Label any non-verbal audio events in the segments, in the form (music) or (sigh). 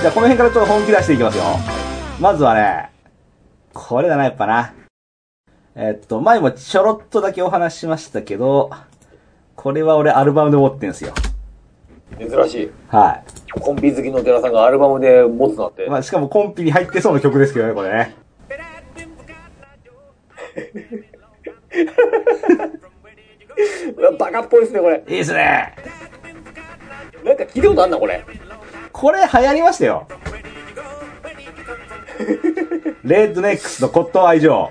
じゃあこの辺からちょっと本気出していきますよ。まずはね、これだな、やっぱな。えっと、前もちょろっとだけお話ししましたけど、これは俺アルバムで持ってんすよ。珍しい。はコンビ好きの寺さんがアルバムで持つなんてい。。まあ、しかもコンピに入ってそうな曲ですけどね、これね。うわバカっぽいですね、これ。いいですね。なんか聞いたことあんな、これ。これ流行りましたよ。 (laughs) レッドネックスのコットン愛情。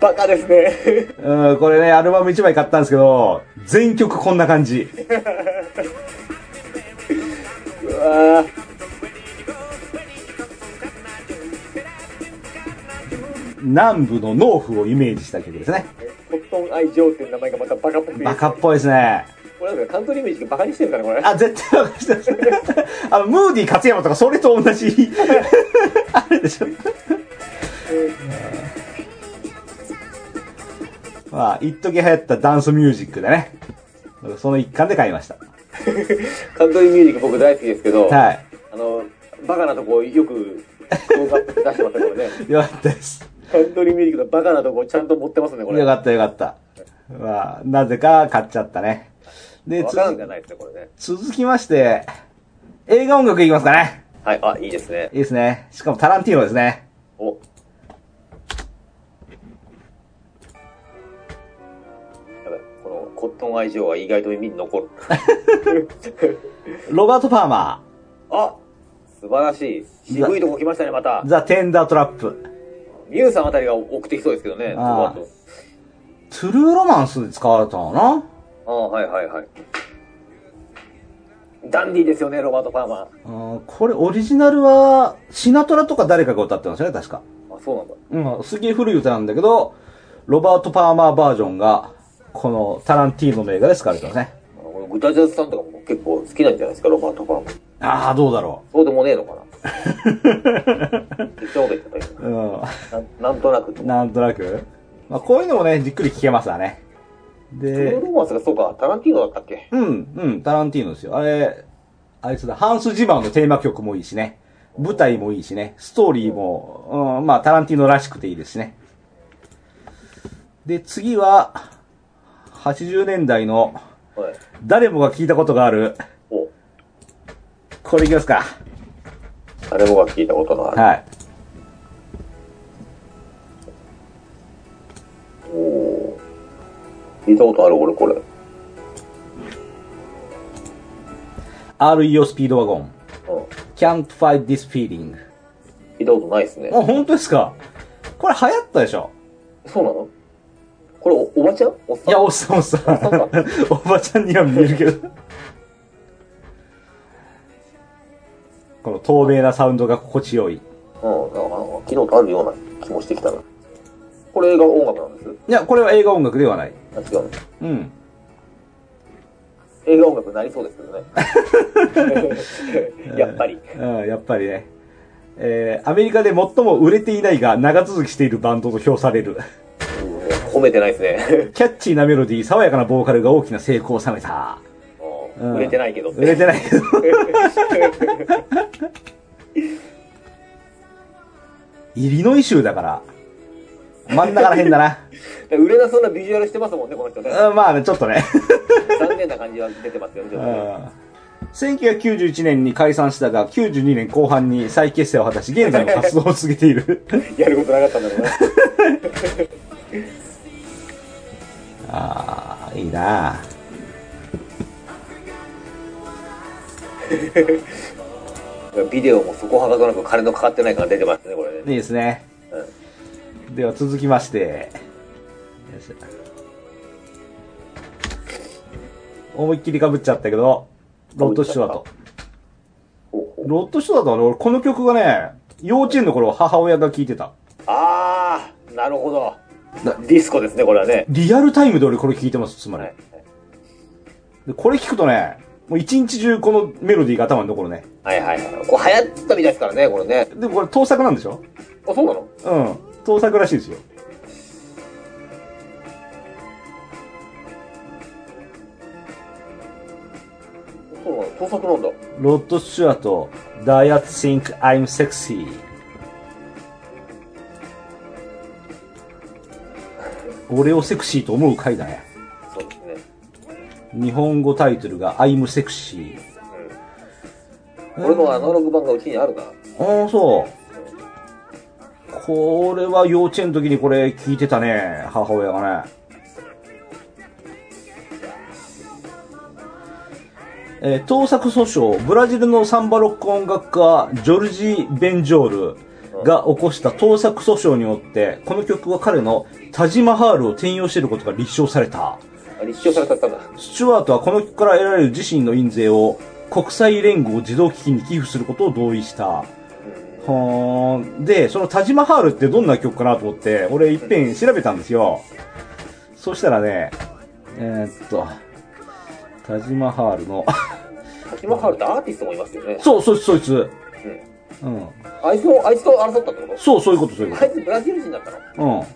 バカですね。うん、これね、アルバム1枚買ったんですけど、全曲こんな感じ。うわ南部の農夫をイメージした曲ですね。コットン愛情っていう名前がまたバカっぽくて。バカっぽいですね。これなんかカントリーミュージックバカにしてるから、これ。あ、絶対わかりました。あの、ムーディ勝山とかそれと同 (laughs) じ、あれでしょ。まあ、一時流行ったダンスミュージックでね。その一環で買いました。カントリーミュージック僕大好きですけど、はい。あの、バカなとこよく動画出してますね、こ (laughs) れね。よかったです。カントリーミュージックのバカなとこちゃんと持ってますね、これ。よかったよかった。まあ、なぜか買っちゃったね。で、バつカなんじゃないですね、これね。続きまして、映画音楽いきますかね。はい、あ、いいですね。いいですね。しかもタランティーノですね。お、やばいこのコットン愛情は意外と耳に残る。ロバート・パーマあ素晴らしい。渋いとこ来ましたね、まー、。たザ・テンダートラップ。ミュウさんあたりが送ってきそうですけどね、そのあー後。トゥルーロマンスで使われたのかなああ、はいはいはい。ダンディーですよね、ロバート・パーマあーこれオリジナルは、シナトラとか誰かが歌ってますよね、確か。ー。あ、そうなんだ。うん、すげえ古い歌なんだけど、ロバート・パーマーバージョンが、このタランティーノの映画で使われてますね。あのこのグタジャズさんとかも結構好きなんじゃないですか、ロバート・パーマ。ああ、どうだろそうでもねえ (laughs) のかな。適当なこと言っちゃったう。うん。今ななんとなく。トなんとなく。まあ、こういうのもね、じっくり聞けますわね。ゥルでー、ロマンスがそうか、タランティーノだったっけうん、うん、タランティーノですよ。あれ、あいつだ、ハンス・ジマンのテーマ曲もいいしね。舞台もいいしね。ストーリーも、うん、まあ、タランティーノらしくていいですしね。で、次は、80年代の、はい。誰もが聞いたことがある、お、これいきますか。誰もが聞いたことのある。はい。おおー聞いたことある、俺これ。う REO スピードワゴン。ん。聞 Can't fight this feeling。いたことないですねあ、。本当ですかこれ流行ったでしょそうなのこれお、おばちゃんおっさんいや、おっさんおっさん (laughs) さんか。おばちゃんには見えるけど。この透明なサウンドが心地よい。うん、なんか、なんか聞いたことあるような気もしてきたな。これが音楽なんですいや、これは映画音楽ではない。あ違うね。うん。映画音楽になりそうですけど (laughs) ね。やっぱり。うん、やっぱりね。えー、アメリカで最も売れていないが長続きしているバンドと評される。うん褒めてないですね。キャッチーなメロディー、爽やかなボーカルが大きな成功を収めた。ううんん売れてないけどって。売れてないけど。 (laughs) イリノイ州だから。真ん中らへんだな。売れなそうなビジュアルしてますもんね、この人ね。うん、まあね、ちょっとね。残念な感じは出てますよね、ちょっとね。 1991年に解散したが、92年後半に再結成を果たし、現在も活動を続けている。やることなかったんだろうね。 (laughs) ああ、いいなビデオもそこはかとなく金のかかってないから出てますね、これいいね。ですね。では続きまして。よいしょ思いっきり被っちゃったけど、ロッド・シュワート。ほうほうロッド・シュワートはね、俺この曲がね、幼稚園の頃母親が聴いてた。あー、なるほどな。ディスコですね、これはね。リアルタイムで俺これ聴いてます、つまりはい。でこれ聴くとね、もう一日中このメロディーが頭に残るね。はいはいはい。これ流行ったみたいですからね、これね。でもこれ盗作なんでしょあ、そうなのうん。盗作らしいですよ。そうそうなんだ。盗作なんだ。ロッド・スチュアート、Diet Think I'm Sexy。俺をセクシーと思う回だね。そうですね。日本語タイトルが I'm Sexy。うん。俺のアナログ版がうちにあるな。ああ、そう。これは幼稚園の時にこれ聞いてたね、母親がね。えー盗作訴訟、ブラジルのサンバロック音楽家、ジョルジ・ベンジョールが起こした盗作訴訟によって、この曲は彼のタジマハールを転用していることが立証された。あ、立証されたんだ。スチュワートはこの曲から得られる自身の印税を国際連合児童基金に寄付することを同意した。はーんで、その田島ハールってどんな曲かなと思って、俺いっぺん調べたんですよ。そしたらね、えーっと、田島ハールの、 (laughs) タキマハルってアーティストもいますよね。そう、そいつ、そいつ。うん。あいつを、あいつと争ったってこそう、そういうこと、そういうこととあ。いつブラジル人だったの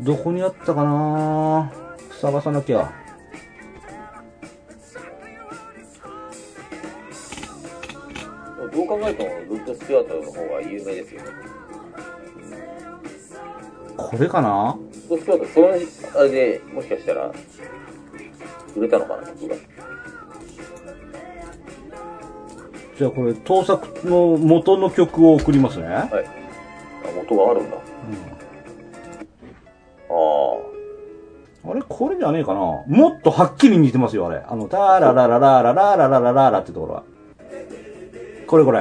うん。どこにあったかな探さなきゃ。どう考えてもルッド・スチュアートの方が有名ですよね。これかなルッド・スチュアート、その、あれで、もしかしたら、売れたのかな、僕が。じゃあこれ、盗作の元の曲を送りますね。はい。あ、元があるんだ。あああれこれじゃねえかなもっとはっきり似てますよ、あれ。あの、タラララララララララララってところは。これこれ。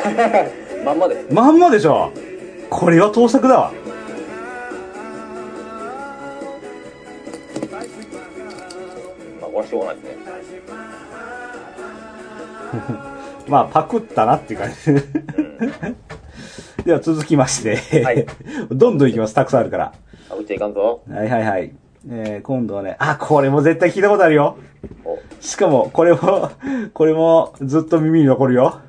ー。まんまです。まんまでしょこれは盗作だわ。まあ、これはしょうがないですね。まあ、パクったなっていう感じ。では続きまして。はいどんどんいきます、たくさんあるから。あぶっちゃいかんぞ。はいはいはい。えー、今度はね、あ、これも絶対聞いたことあるよ。お、しかも、これも、これもずっと耳に残るよ。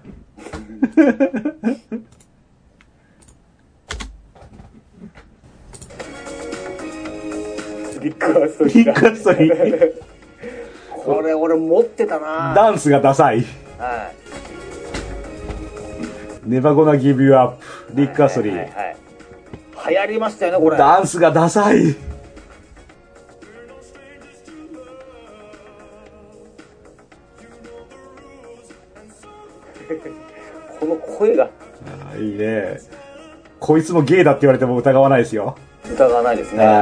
リックアストリンクストリー。 (laughs) これ俺持ってたなダンスがダサい。はい。ネバゴナギブユアップ。リックアストリはいー。はいはい。流行りましたよね、これ。ダンスがダサい。この声があいいね。こいつもゲイだって言われても疑わないですよ。疑わないですね。はい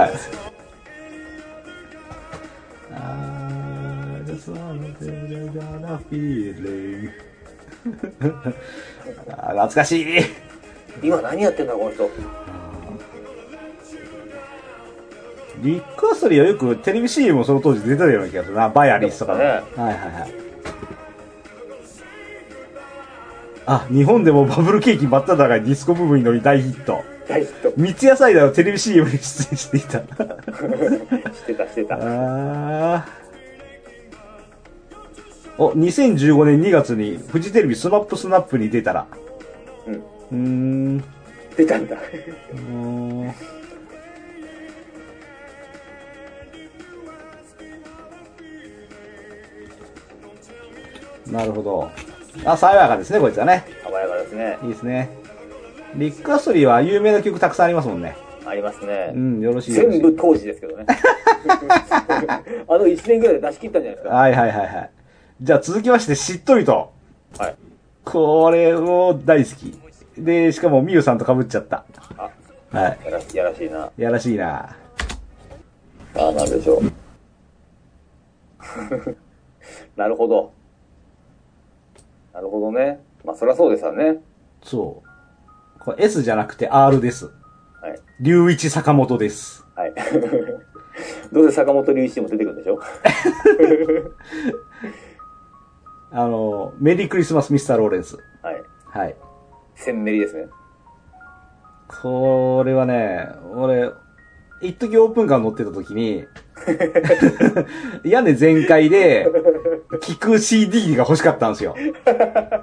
は。 I just wanna feel that feeling あ懐かしい。い、今何やってんだろう、この人。リックアストリーはよくテレビ CM もその当時出てたような気がするな。バイアリスとかの。そうはだいねはいはい。あ、日本でもバブル景気真っ只中にディスコブームに乗り大ヒット。大ヒット。 (laughs) 三ツ矢サイダーのテレビ CM に出演していた。してた、してた。はいあーお、2015年2月にフジテレビスマップスナップに出たら。うんん。う出たんだ。ーん。うーんなるほど。あ、爽やかですね、こいつはね。爽やかですね。いいですね。ビッグアストリーは有名な曲たくさんありますもんね。ありますうね。ん、よろしいよろし全い部当時ですけどね。 (laughs) あの1年ぐらいで出し切ったんじゃないではいはいはいはい。じゃあ続きまして、しっとりと。すか。はい。これも大好き。で、しかもみゆさんと被っちゃった。あ、はい。やらやらしいな。やらしいな。ああ、なんでしょう。 (laughs) なるほど。なるほどね。まあ、そりゃそうですよね。そう。これ S じゃなくて R です。はい。龍一坂本です。はい。 (laughs) どうせ坂本龍一も出てくるんでしょあの、メリークリスマスミスターローレンス。はい。はい。千メリですね。これはね、俺、一時オープンカー乗ってた時に、屋根全開で、聞く CD が欲しかったんですよ。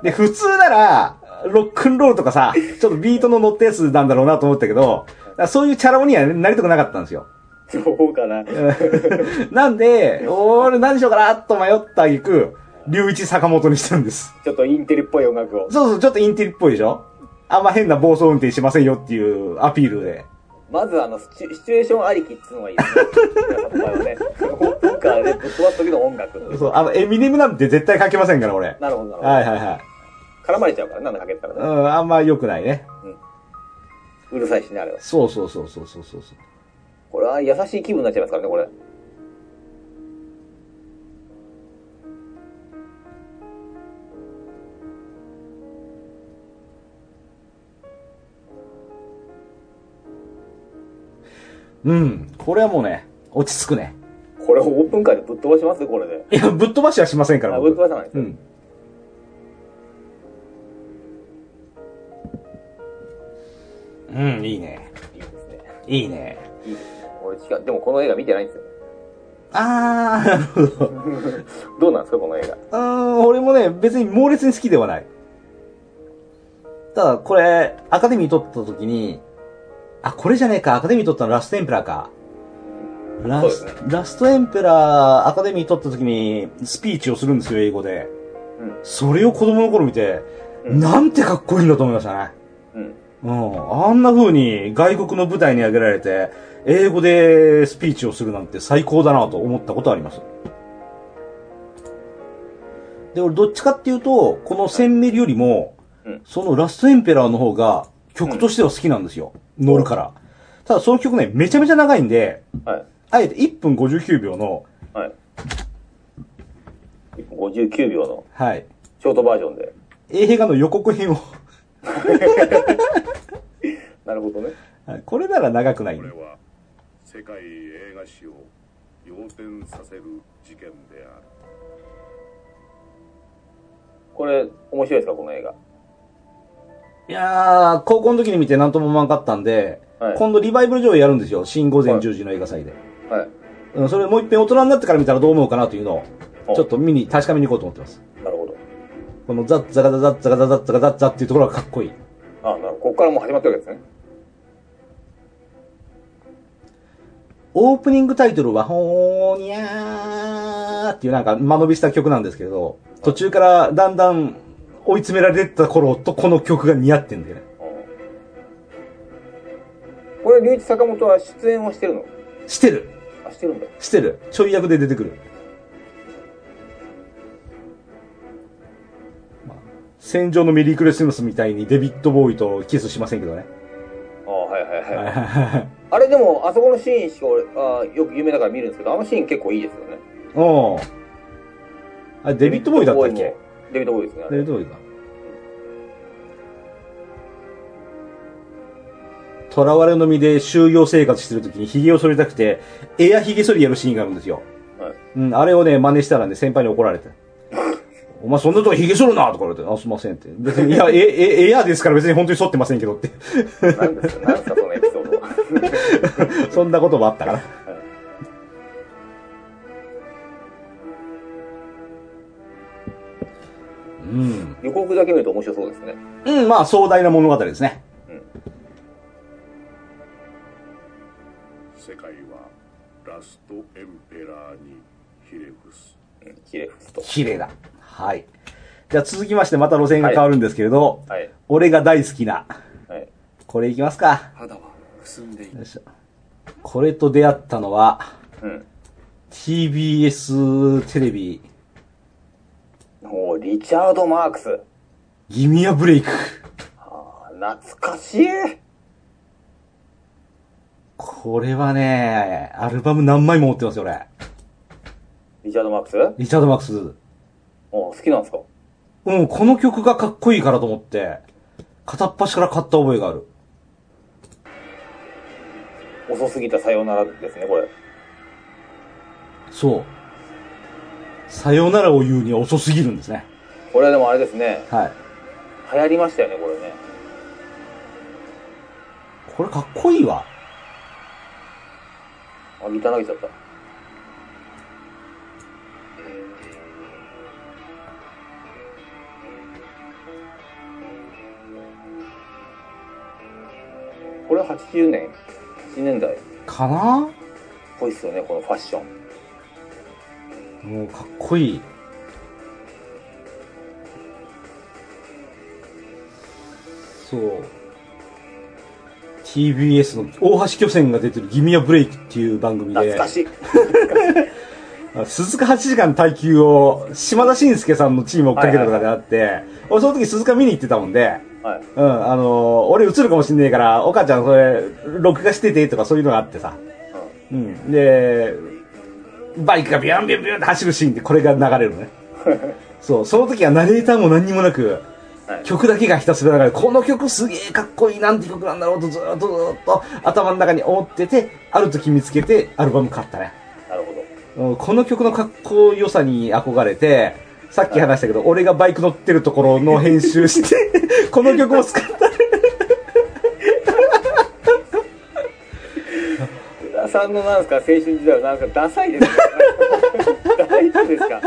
で、普通なら、ロックンロールとかさ、ちょっとビートの乗ったやつなんだろうなと思ったけど、からそういうチャラ男にはなりたくなかったんですよ。 (laughs) そうかな。なんで、俺何しようかなと迷った挙句、龍一坂本にしたんです。ちょっとインテリっぽい音楽を。そうそう、ちょっとインテリっぽいでしょあんま変な暴走運転しませんよっていうアピールで。まずあのシチュ、シチュエーションありきっつうのがいいですね。皆さんの場合はね。 (laughs) オープンカーでぶっ飛ばす時の音楽。そう、あの、エミネムなんて絶対書けませんから、俺。なるほど、なるほど。はいはいはい。絡まれちゃうからね、なんだかけてたらうね。ん、あんま良くないね。うるさいしね、あれは。そうそうそうそうそうそう。これは優しい気分になっちゃいますからね、これ。うん、これはもうね、落ち着くね。これをオープンカーでぶっ飛ばしますこれで。いや、ぶっ飛ばしはしませんから、あ、僕ぶっ飛ばさないですうね。ん。うん、いいね。いいですね。いいね。いいですね。俺、しか、でもこの映画見てないんですよ。 (laughs) あー、なるほど。どうなんですか、この映画。うーん、俺もね、別に猛烈に好きではない。ただ、これ、アカデミー撮った時に、あ、これじゃねえか、アカデミー撮ったのラストエンペラーか。ラス,、そうですラストエンペラー、アカデミー撮った時に、スピーチをするんですよ、英語で。うんそれを子供の頃見て、うんなんてかっこいいんだと思いましたね。うん。うん。あんな風に外国の舞台に上げられて、英語でスピーチをするなんて最高だなと思ったことあります。で、俺どっちかっていうと、この1000メリよりも、うんそのラストエンペラーの方が曲としては好きなんですよ。乗るから。ただその曲ね、めちゃめちゃ長いんで、はい。あえて1分59秒の、はい。1分59秒のはい、ショートバージョンで。映画の予告編を、なるほどね。はいこれなら長くないこ。れは世界映画史を要点させる事件であるこれ、面白いですか、この映画。いやー、高校の時に見て何とも思わんかったんで、はい今度リバイバル上映やるんですよ。新午前10時の映画祭で。はい。うん、それもう一遍大人になってから見たらどう思うかなというのおを、ちょっと見に、確かめに行こうと思ってます。なるほど。このザッザガザザッザガザザッザガザッザっていうところがかっこいい。あなるほど。ここからもう始まってるわけですね。オープニングタイトルは、ほーにゃーっていうなんか間延びした曲なんですけれど、途中からだんだん追い詰められてた頃とこの曲が似合ってんだよね。うんこれ、龍一坂本は出演をしてるのしてるあ、してるんだ。してるちょい役で出てくる。まあ戦場のメリークリスマスみたいにデビッド・ボーイとキスしませんけどね。あはいはいはい。 (laughs) うあれでも、あそこのシーンしか俺、あよく有名だから見るんですけど、あのシーン結構いいですよね。ん。あれ、デビッド・ボーイだったっけデビッドボーイもデビッドボーイですねあデビれッ。ド・ボーイか。囚われの身で収容生活してるときに髭を剃りたくて、エア髭剃りやるシーンがあるんですよ。はいうん、あれをね、真似したらね、先輩に怒られて。お前そんなとこ髭剃るなとか言われて、あ、すいませんって。別に、いや、え、え、エアですから別に本当に剃ってませんけどって。 (laughs) 何ですか何ですか、そのエピソードは。そんなこともあったから。うん。予告だけ見ると面白そうですね。うん、まあ壮大な物語ですね。世界はラストエンペラーにひれ伏すうんヒレフスと。綺麗だ。はい。じゃあ続きましてまた路線が変わるんですけれど、はい。俺が大好きな、はい。これいきますか。肌はくすんでいよいしょ。これと出会ったのは、うん。 TBS テレビ、もう、リチャード・マークス。ギミアブレイク。あ懐かしい。これはね、アルバム何枚も持ってますよ、俺。リチャード・マークスあリチャード・マックス。好きなんですかうん、この曲がかっこいいからと思って、片っ端から買った覚えがある。遅すぎたさようならですね、これ。そう。さよならを言うには遅すぎるんですね。これでもあれですね。はい。流行りましたよね、これね。これかっこいいわ。あ、ギター投げちゃった。これは80年8年代っかなぽいっすよねこのファッションもうかっこいい。そう。TBS の大橋巨船が出てるギミアブレイクっていう番組懐でか、しいあ鈴鹿8時間耐久を島田紳介さんのチームを追っかけたとかであって、俺その時鈴鹿見に行ってたもんで、はいうん、あのー俺映るかもしんねえから、お母ちゃんそれ、録画しててとかそういうのがあってさ。うん。で、バイクがビュンビュンビュンって走るシーンでこれが流れる (laughs) のね。そう、その時はナレーターも何にもなく、はい曲だけがひたすら流れる。この曲すげえかっこいい、なんて曲なんだろうとずーっとずーっと頭の中に思ってて、ある時見つけてアルバム買ったね。なるほどうんこの曲のかっこよさに憧れて、さっき話したけど、俺がバイク乗ってるところの編集して、 (laughs) この曲を使った。福田さんのなんですか青春時代はなんかダサいですね大丈夫です (laughs) か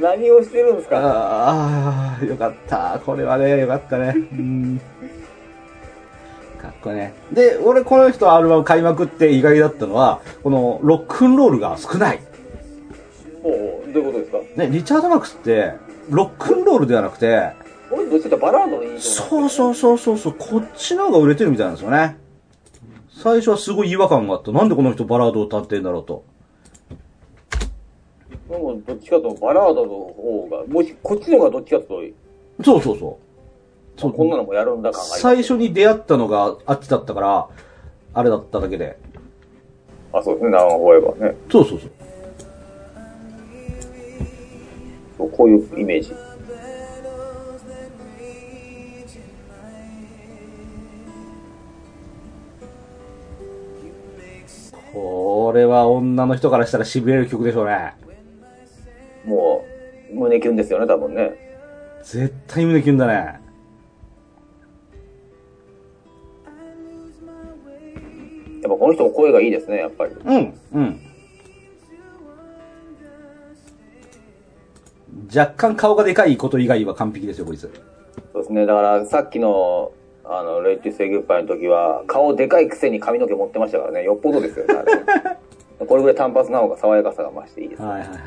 何をしてるんですかああ、よかった。これはね、よかったね。うん。かっこね。で、俺この人アルバム買いまくって意外だったのは、このロックンロールが少ない。おうおうどういうことですかね、リチャード・マックスって、ロックンロールではなくて、俺どっちかっていうとバラードの印象そうそうそうそうそう、こっちの方が売れてるみたいなんですよね。最初はすごい違和感があった。なんでこの人バラードを歌ってんだろうと。もうどっちかとバラードの方がもしこっちの方がどっちかというそうそうそう。とこんなのもやるんだ感があります最初に出会ったのがあっちだったから、あれだっただけで。あそうですねナンフォーエバーねそうそうそう。そうこういうイメージこれは女の人からしたら痺れる曲でしょうね。もう胸キュンですよね多分ね絶対胸キュンだね。やっぱこの人も声がいいですねやっぱりうん、うん。若干顔がでかいこと以外は完璧ですよ、こいつ。そうですねだからさっきのあのレイティス・エグッパイの時は顔でかいくせに髪の毛持ってましたからねよっぽどですよねあれね (laughs) これぐらい単発な方が爽やかさが増していいですはいはいはいはい。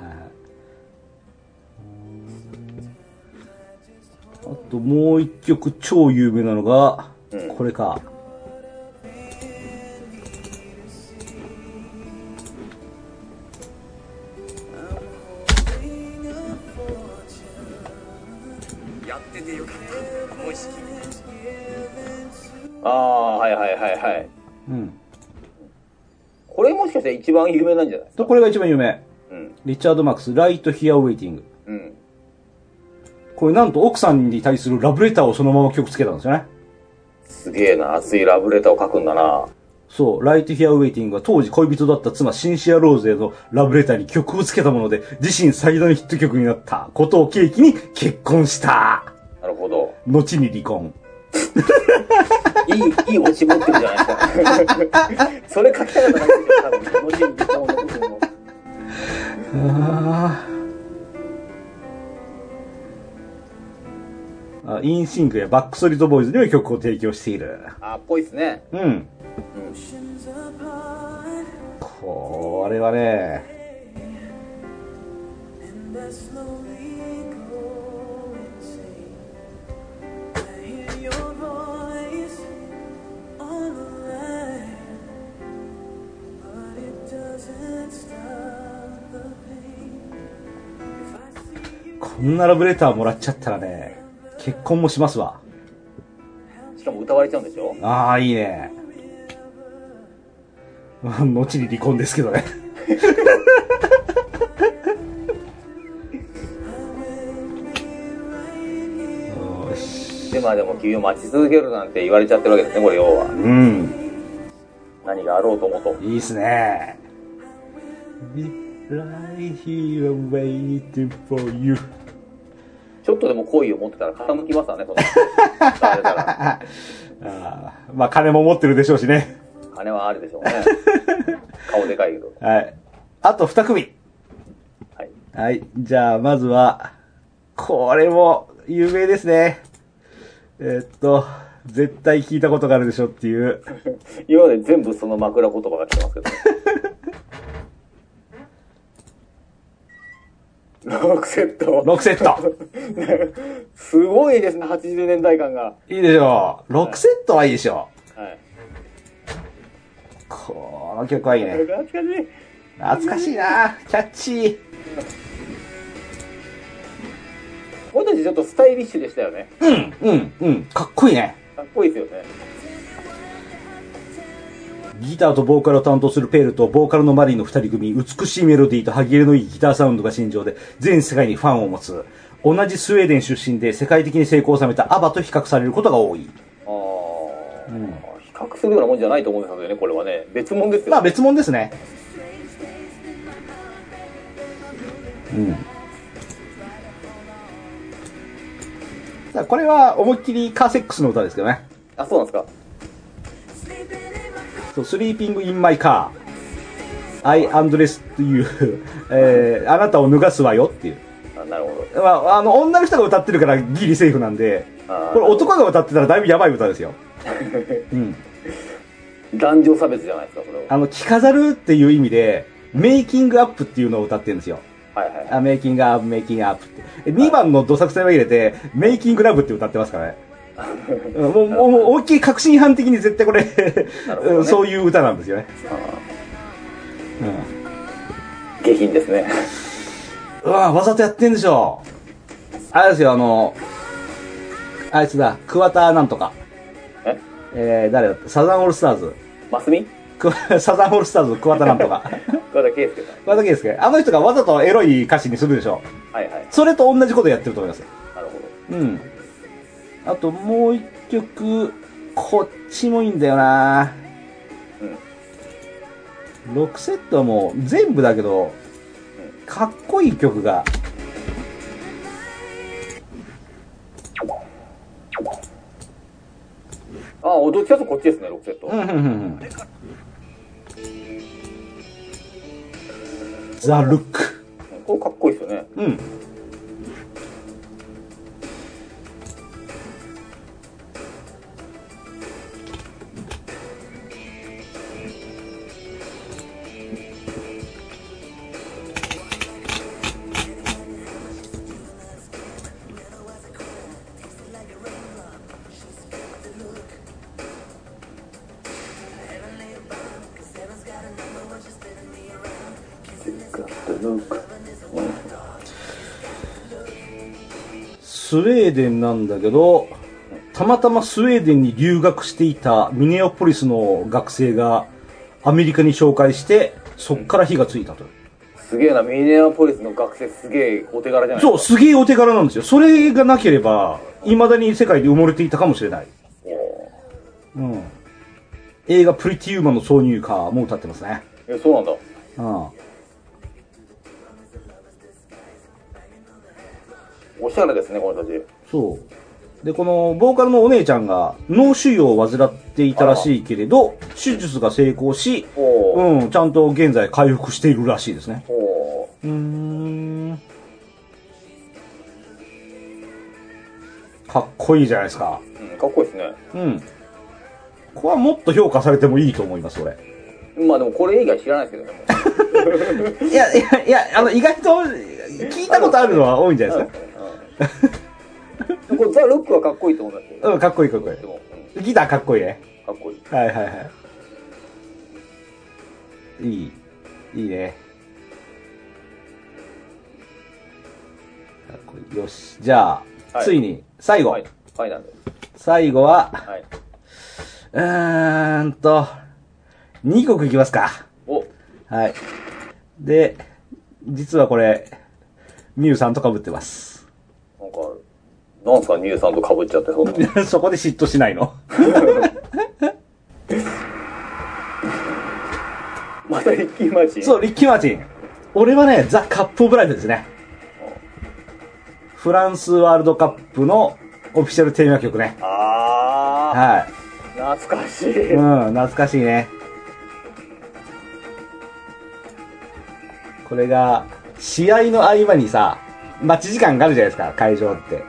あともう一曲超有名なのが、うんこれか。やっててよかった思いしきああはいはいはいはいうん。これもしかして一番有名なんじゃないですかとこれが一番有名。うんリチャード・マックス、ライト・ヒア・ウェイティング。うんこれなんと奥さんに対するラブレターをそのまま曲つけたんですよね。すげえな熱いラブレターを書くんだなそう、ライト・ヒア・ウェイティングは当時恋人だった妻シンシア・ローズへのラブレターに曲をつけたもので、自身最大のヒット曲になったことを契機に結婚した。なるほど後に離婚。いい、いい落ち持ってるじゃないですか。 (laughs) それ書きたかったんですよ、多分。後に離婚の部分も。ああ。インシンクやバックストリートボーイズにも曲を提供している。あ、っぽいっすね。うん。うん。これはね、こんなラブレターもらっちゃったらね、結婚もしますわ。しかも歌われちゃうんでしょああ、いいね。まあ後に離婚ですけどね。よしで、まあでも君を待ち続けるなんて言われちゃってるわけですね、これ要は。うん、何があろうともと。いいっすね。Right here waiting for you. ちょっとでも好意を持ってたら傾きますわね、そ (laughs) の。あれたら。あーまあ、金も持ってるでしょうしね。金はあるでしょうね。顔でかいけど。はい。あと二組。はい。はい。じゃあ、まずは、これも、有名ですね。えーっと、絶対聞いたことがあるでしょっていう。今まで全部その枕言葉が来てますけど。6セット。 6セット。すごいですね、80年代感が。いいでしょう。6セットはいいでしょはい。う。この曲はいいね。懐かしい。懐かしいなキャッチー。俺たちちょっとスタイリッシュでしたよね。うん、うん、うん。かっこいいね。かっこいいですよね。ギターとボーカルを担当するペールとボーカルのマリーの二人組、美しいメロディーと歯切れのいいギターサウンドが心情で、全世界にファンを持つ。同じスウェーデン出身で世界的に成功を収めたアバと比較されることが多い。ああ、比較するようなもんじゃないと思うんですよね、これはね。別物ですよ。まあ別物ですね。うん。だからこれは思いっきりカーセックスの歌ですけどね。あ、そうなんですか。そう、スリーピングインマイカー。I undress っていう、 (laughs) えー、あなたを脱がすわよっていう。あなるほど。まあ、あの、女の人が歌ってるからギリセーフなんで、あーこれ男が歌ってたらだいぶやばい歌ですよ。うん。男女差別じゃないですか、これは。あの、着飾るっていう意味で、メイキングアップっていうのを歌ってるんですよ。はいはい。あメイキングアップ、メイキングアップって。2番のどさくさに紛れて、メイキングラブって歌ってますから (laughs) ね。うんもう、もう、もう思いっきり革新犯的に絶対これ、なるほどねうんそういう歌なんですよね。下品ですね。うん。うわわざとやってんでしょ。あれですよ、あの、あいつだ、桑田なんとか。ええー、誰だったサザンオールスターズ。マスミく (laughs) サザンオールスターズの桑田なんとか。桑田佳祐さん。桑田佳祐。あの人がわざとエロい歌詞にするでしょ。はいはい。それと同じことやってると思いますよ。なるほど。うん。あともう一曲、こっちもいいんだよな6セットはもう全部だけど、かっこいい曲が。ああ、どっちかというとこっちですね、6セット。うんうんうんうんザ・ルック。これかっこいいですよね。うん。スウェーデンなんだけど、たまたまスウェーデンに留学していたミネアポリスの学生がアメリカに紹介して、そっから火がついたと。すげえな、ミネアポリスの学生すげえお手柄じゃないそう、ですすげえお手柄なんですよ。それがなければ、未だに世界で埋もれていたかもしれない。か。おうん。映画プリティウーマンの挿入歌も歌ってますね。ーえ、そうなんだ。うん。おしゃれですね、この人たち。そう。で、この、ボーカルのお姉ちゃんが脳腫瘍を患っていたらしいけれど、手術が成功し、おーうん、ちゃんと現在回復しているらしいですね。おうーん。かっこいいじゃないですか。ーうん、かっこいいですね。うん。ここはもっと評価されてもいいと思います、俺。まあでもこれ以外知らないですけどね、もいや、いや、いや、あの、意外と、聞いたことあるのは多いんじ (laughs) ゃないですううんこれザ・ロックはかっこいいと思うんだけど。か。うん、かっこいい、かっこいでも、うんい。ギターかっこいいね。かっこいい。はいはいはい。いい。いいね。かっこいいよし。じゃあ、はいついに、最後。はい。はい、なんで。最後は、はい。うーんと、2曲いきますか。お、はい。で、実はこれ、ミュウさんと被ってます。 (laughs) なんか、なんすか、ニューさんと被っちゃって、そ (laughs) んな。そこで嫉妬しないの。またリッキー・マーチン。そう、リッキー・マーチン。俺はね、ザ・カップ・オブ・ライフですね。フランスワールドカップのオフィシャルテーマ曲ね。あはー、懐かしい。い。うん、懐かしいね。これが、試合の合間にさ、待ち時間があるじゃないですか、会場って。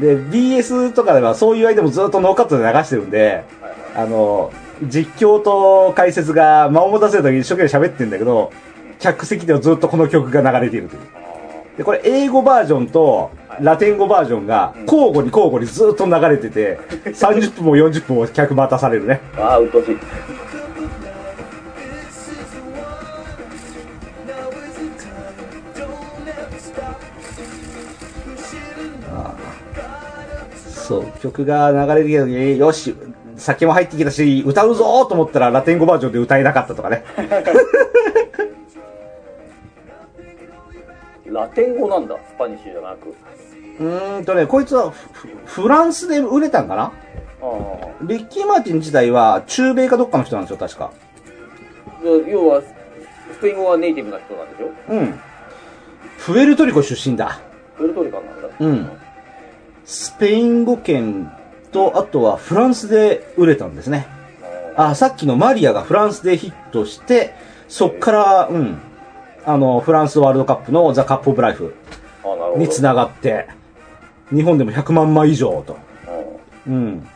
で、BS とかではそういう間もずっとノーカットで流してるんで、あの、実況と解説が間を持たせるときに一生懸命喋ってるんだけど、客席ではずっとこの曲が流れているという。で、これ英語バージョンとラテン語バージョンが交互に交互にずっと流れてて、30分も40分も客待たされるね。ああ、うっとうしい。そう、曲が流れてきた時に、よし、酒も入ってきたし、歌うぞーと思ったらラテン語バージョンで歌えなかったとかね。ラテン語なんだ、スパニッシュじゃなく。うーんとね、こいつはフフランスで売れたんかなあリッキー・マーティン自体は中米かどっかの人なんですよ、確か。あ。で要は、スペイン語はネイティブな人なんでしょうん。プエルトリコ出身だ。プエルトリカンなんだ。うん。スペイン語圏と、あとはフランスで売れたんですね。ああ、さっきのマリアがフランスでヒットして、そっから、うん。あの、フランスワールドカップのザ・カップ・オブ・ライフあ、なるほど。につながって、日本でも100万枚以上と。うんうん。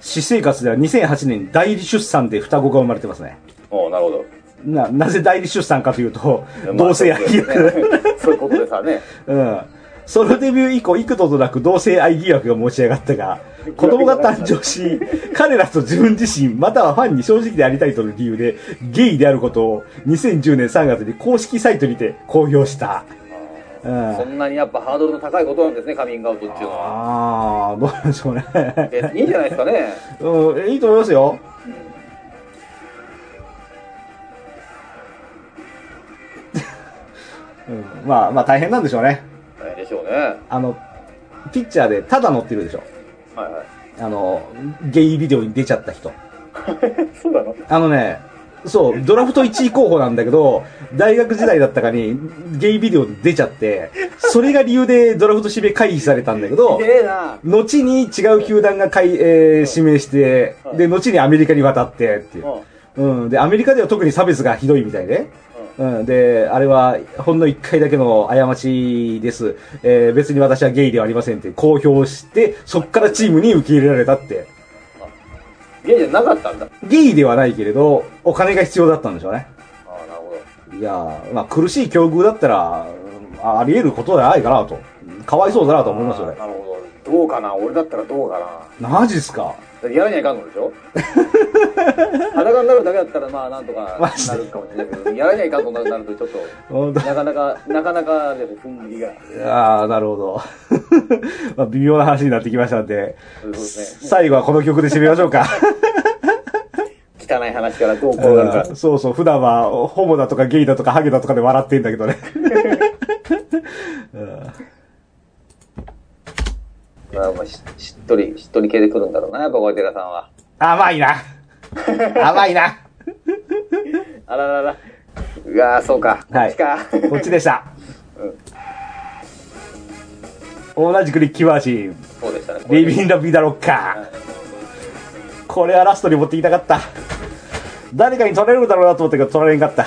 私生活では2008年代理出産で双子が生まれてますね。おうなるほど。な、なぜ代理出産かというとまあ、同性愛疑惑。 (laughs) そういうことでさね。うん。ソロデビュー以降、幾度となく同性愛疑惑が持ち上がった (laughs) が、子供が誕生し、彼らと自分自身、またはファンに正直でありたいとの理由で、ゲイであることを2010年3月に公式サイトにて公表した。うん。そんなにやっぱハードルの高いことなんですね、カミングアウトっていうのは。ああ、どうなんでしょうね。 (laughs) 別にいいんじゃないですかね。うん、いいと思いますよ。 (laughs) うん、まあ、まあ大変なんでしょうね。はいでしょうね。はあの、ピッチャーでただ乗ってるでしょ。い (laughs) はあの、ゲイビデオに出ちゃった人。い。そうなのあのね、そう、ドラフト1位候補なんだけど、大学時代だったかにゲイビデオに出ちゃって、それが理由でドラフト指名回避されたんだけど、 (laughs) ええな。後に違う球団がかい、えー指名して、で、後にアメリカに渡ってっていう。うん。で、アメリカでは特に差別がひどいみたいで。うん。で、あれは、ほんの一回だけの過ちです。えー別に私はゲイではありませんって公表して、そっからチームに受け入れられたって。ゲイじゃなかったんだ。ゲイではないけれど、お金が必要だったんでしょうね。ああ、なるほど。いやー、まあ苦しい境遇だったら、うんああり得ることじゃないかなと。かわいそうだなと思いますよね。なるほど。どうかな俺だったらどうかなマジっすかだってやらにはいかんので (laughs) しょ裸になるだけだったらまあなんとかマジでなるかもしれないけど、やらにはいかんとなるとちょっ本当と、なかなか、なかなかでも踏ん切りが。ああ、なるほど。 (laughs) まあ微妙な話になってきましたんで、そういうことですね。最後はこの曲で締めましょうか。汚い話からどう転がるか。そうそう、普段はホモだとかゲイだとかハゲだとかで笑ってんだけどね。まあまあししっとり、しっとり系で来るんだろうな、やっぱ小寺さんは。甘いな。甘いな。あららら。うわーそうか。こはっいちか。こっちでした。同じくリッキーマーシン、そうでしたね。リビン・ラ・ビダ・ロッカー。これはラストに持ってきたかった。誰かに取れるだろうなと思ったけど取られんかった。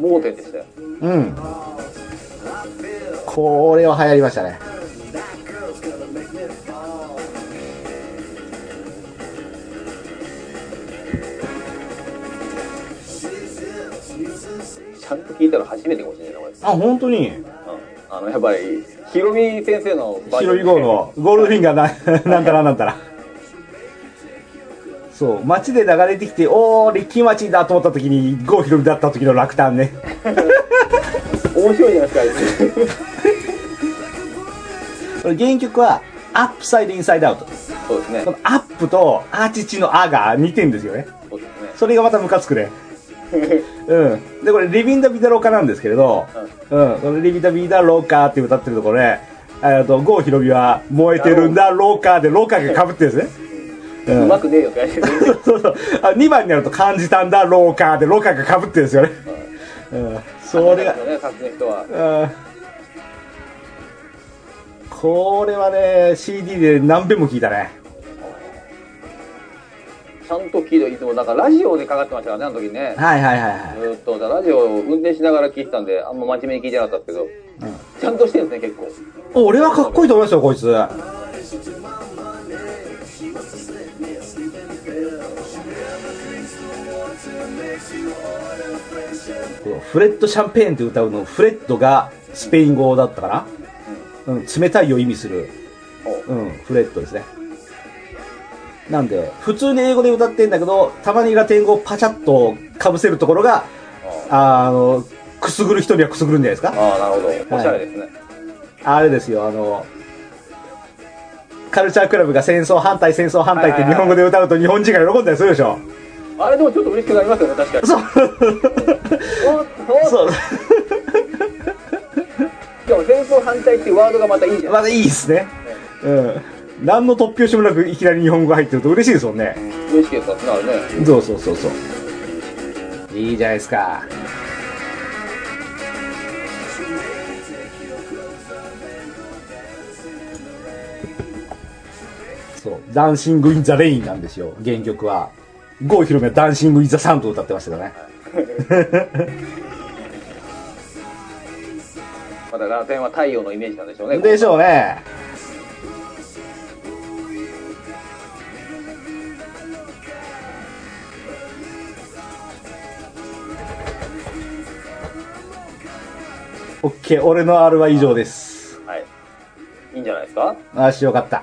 盲点でしたよ。うん。これは流行りましたね。ちゃんと聞いたの初めてかもしれないな、これ。あ、本当にうんあの、やっぱり、ヒロミ先生のバージョ白ンい号のゴールドフィンガーな、なん (laughs) たらなんたら。そう、街で流れてきて、おー、リッキー街だと思った時に、ゴーヒロミだった時の落胆ね。面白いじゃないですか、あいつこれ原曲は、アップサイドインサイドアウト。そうですねこ。のアップと、アーチチのアが似てんですよね。そうですね。それがまたムカつく (laughs) ね。うん。で、これ、リビンダ・ビダ・ローカなんですけれど、うん、このリビンダ・ビダ・ローカーって歌ってるところで、えっと、ゴーヒロミは、燃えてるんだ、ローカーで、ローカーが被ってるんですね。うまくねえよってやつですねそうそう。あ、2番になると感じたんだ、ローカーで、ローカーが被ってるんですよね。うん。それがあ、のね、さっきの人は。うん。これはね、CD で何遍も聞いたね。ちゃんと聞いていつもなんかラジオでかかってましたからねあの時ねはいはいはいはいず。ーっとだからラジオを運転しながら聞いてたんであんま真面目に聞いてなかったですけど、ちゃんとしてるんですね結お俺はかっこいいと思いますよ、こいつ。このフレッド・シャンペーンって歌うの、フレッドがスペイン語だったかな、うん、冷たいを意味する、構おうん、フレッドですね。なんで、普通に英語で歌ってんだけど、たまにラテン語をパチャッと被せるところが、あの、くすぐる人にはくすぐるんじゃないですかああなるほどおしゃれですね、あれですよ、あの、カルチャークラブが戦争反対、戦争反対って日本語で歌うと日本人が喜んだりするでしょ。あれでもちょっと嬉しくなりますよね確かにそう。おっおっ (laughs) そう。でも戦争反対っていうワードがまたいいじゃん、まだいいですね。うん。何の突拍子もなくいきなり日本語が入ってると嬉しいですもんね。嬉しいですからねそうそうそうそう。いいじゃないですか。そう、ダンシング・イン・ザ・レインなんですよ、原曲は。郷ひろみはダンシング・イン・ザ・サンドを歌ってましたからね。またラテンは太陽のイメージなんでしょうねでしょうね。オッケー、俺の R は以上です。はいいいんじゃないですかあしよかった。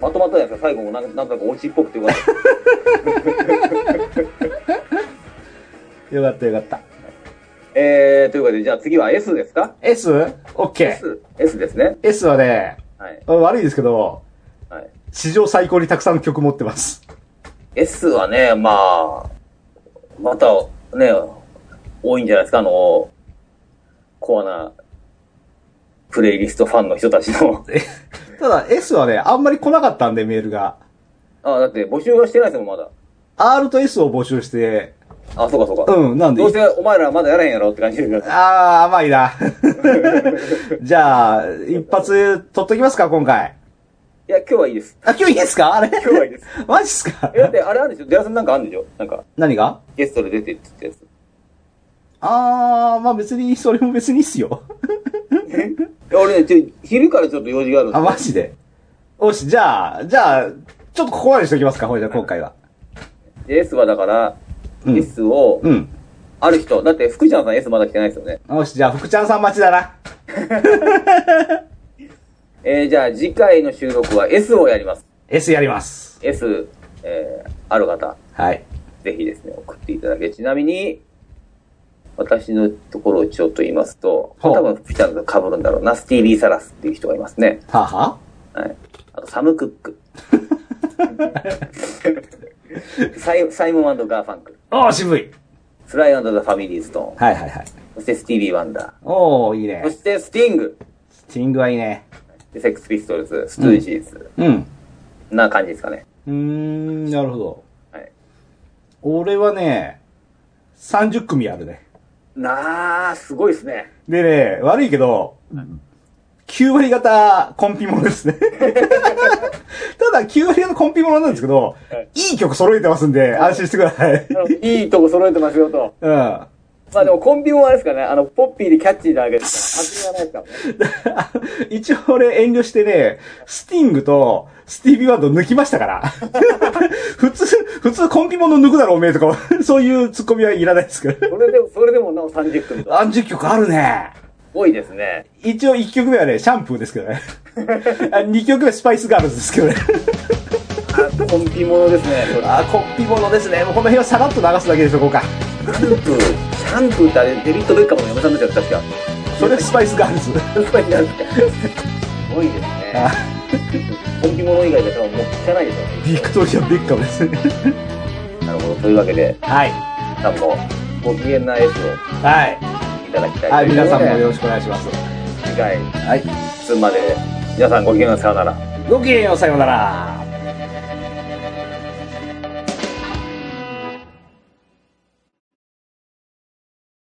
まとまったじゃないですか最後もなんなんとなくオチっぽくてよかったよかったよかった。えー、ということでじゃあ次は S ですか S? オッケー。 S, S ですね S はね、はい、悪いですけど、はい、史上最高にたくさん曲持ってます。 S はねまあまたね多いんじゃないですかあのコアなプレイリストファンの人たちの (laughs) ただ S はね、あんまり来なかったんでメールが。 (laughs) あだって募集はしてないですもんまだ R と S を募集して、あそうかそうかうん、なんでどうせお前らまだやらへんやろって感じですけどああ、甘い (laughs) な。じゃあ、一発取っときますか、今回。いや今日はいいですあ、今日いいですかあれ今日はいい (laughs) ですマジっすかえだってあれあるんでしょデラさんなんかあるんでしょなんか何がゲストで出てって言ったやああ、まあ別に、それも別にいいっすよ。ついや俺ねちょ昼からちょっと用事があるんであ、マジで。よし、じゃあ、じゃあ、ちょっとここまでしときますか、ほいじゃあ今回は。で S はだから、うん S を、うん。ある人、だって福ちゃんさん S まだ来てないですよね。よし、じゃあ、福ちゃんさん待ちだな。えー、じゃあ次回の収録は S をやります。 S やります。 S、えー、ある方、はい。ぜひですね、送っていただけ。ちなみに、私のところをちょっと言いますと、ほう多分福ちゃんと被るんだろうな、スティービー・サラスっていう人がいますね。はあははい。あと、サム・クック。サイ (laughs) サイモンガーファンク。あおー、渋い。スライザ・ファミリーズ・トーン。はいはいはい。そしてスティービー・ワンダおー、いいー。そね。してスティング。スティングはいいね。でセックス・ピストルズ、ストゥージーズ。うん。な感じですかね。うーん、なるほど。はい。俺はね、30組あるね。なあ、すごいです (laughs) ね。でね、悪いけど、9割型コンピものです (laughs) ね。ただ9割型コンピものなんですけど、いい曲揃えてますんで、安心してください。いいとこ揃えてますよと。うん。 (laughs) あまあでもコンビもあれですかね、あの、ポッピーでキャッチーなわけ (laughs) ですから、外れがないですからね。一応俺遠慮してね、スティングとスティービーワンド抜きましたから。 (laughs) 普通、普通コンピもの抜くだろおめえとか、そういうツッコミはいらないですけど。それでも、それでもなお30分と。 30曲あるね。多いですね。一応1曲目はね、シャンプーですけど (laughs) ね。あ2曲目はスパイスガールズですけどね。あコンビものですね。これあー、コッピものですね。もうこの辺はさらっと流すだけでしょ、こうか。シャンプー、シャンプーってあれ、デビット・ベッカムの嫁さんですよ、確か。それスパイスガールズ。すごいなって。すごいですね。コンビもの以外で多分もう聞かないでしょうビクトリア・ベッカムですね。ね。なるほど。というわけで、はい。さんもご機嫌な S をはいただきたい。い。はい、皆さんもよよ。ろしくお願いします。次回、はい。すまで、皆さんご機嫌なさようなら。ごきげんよう、さようなら。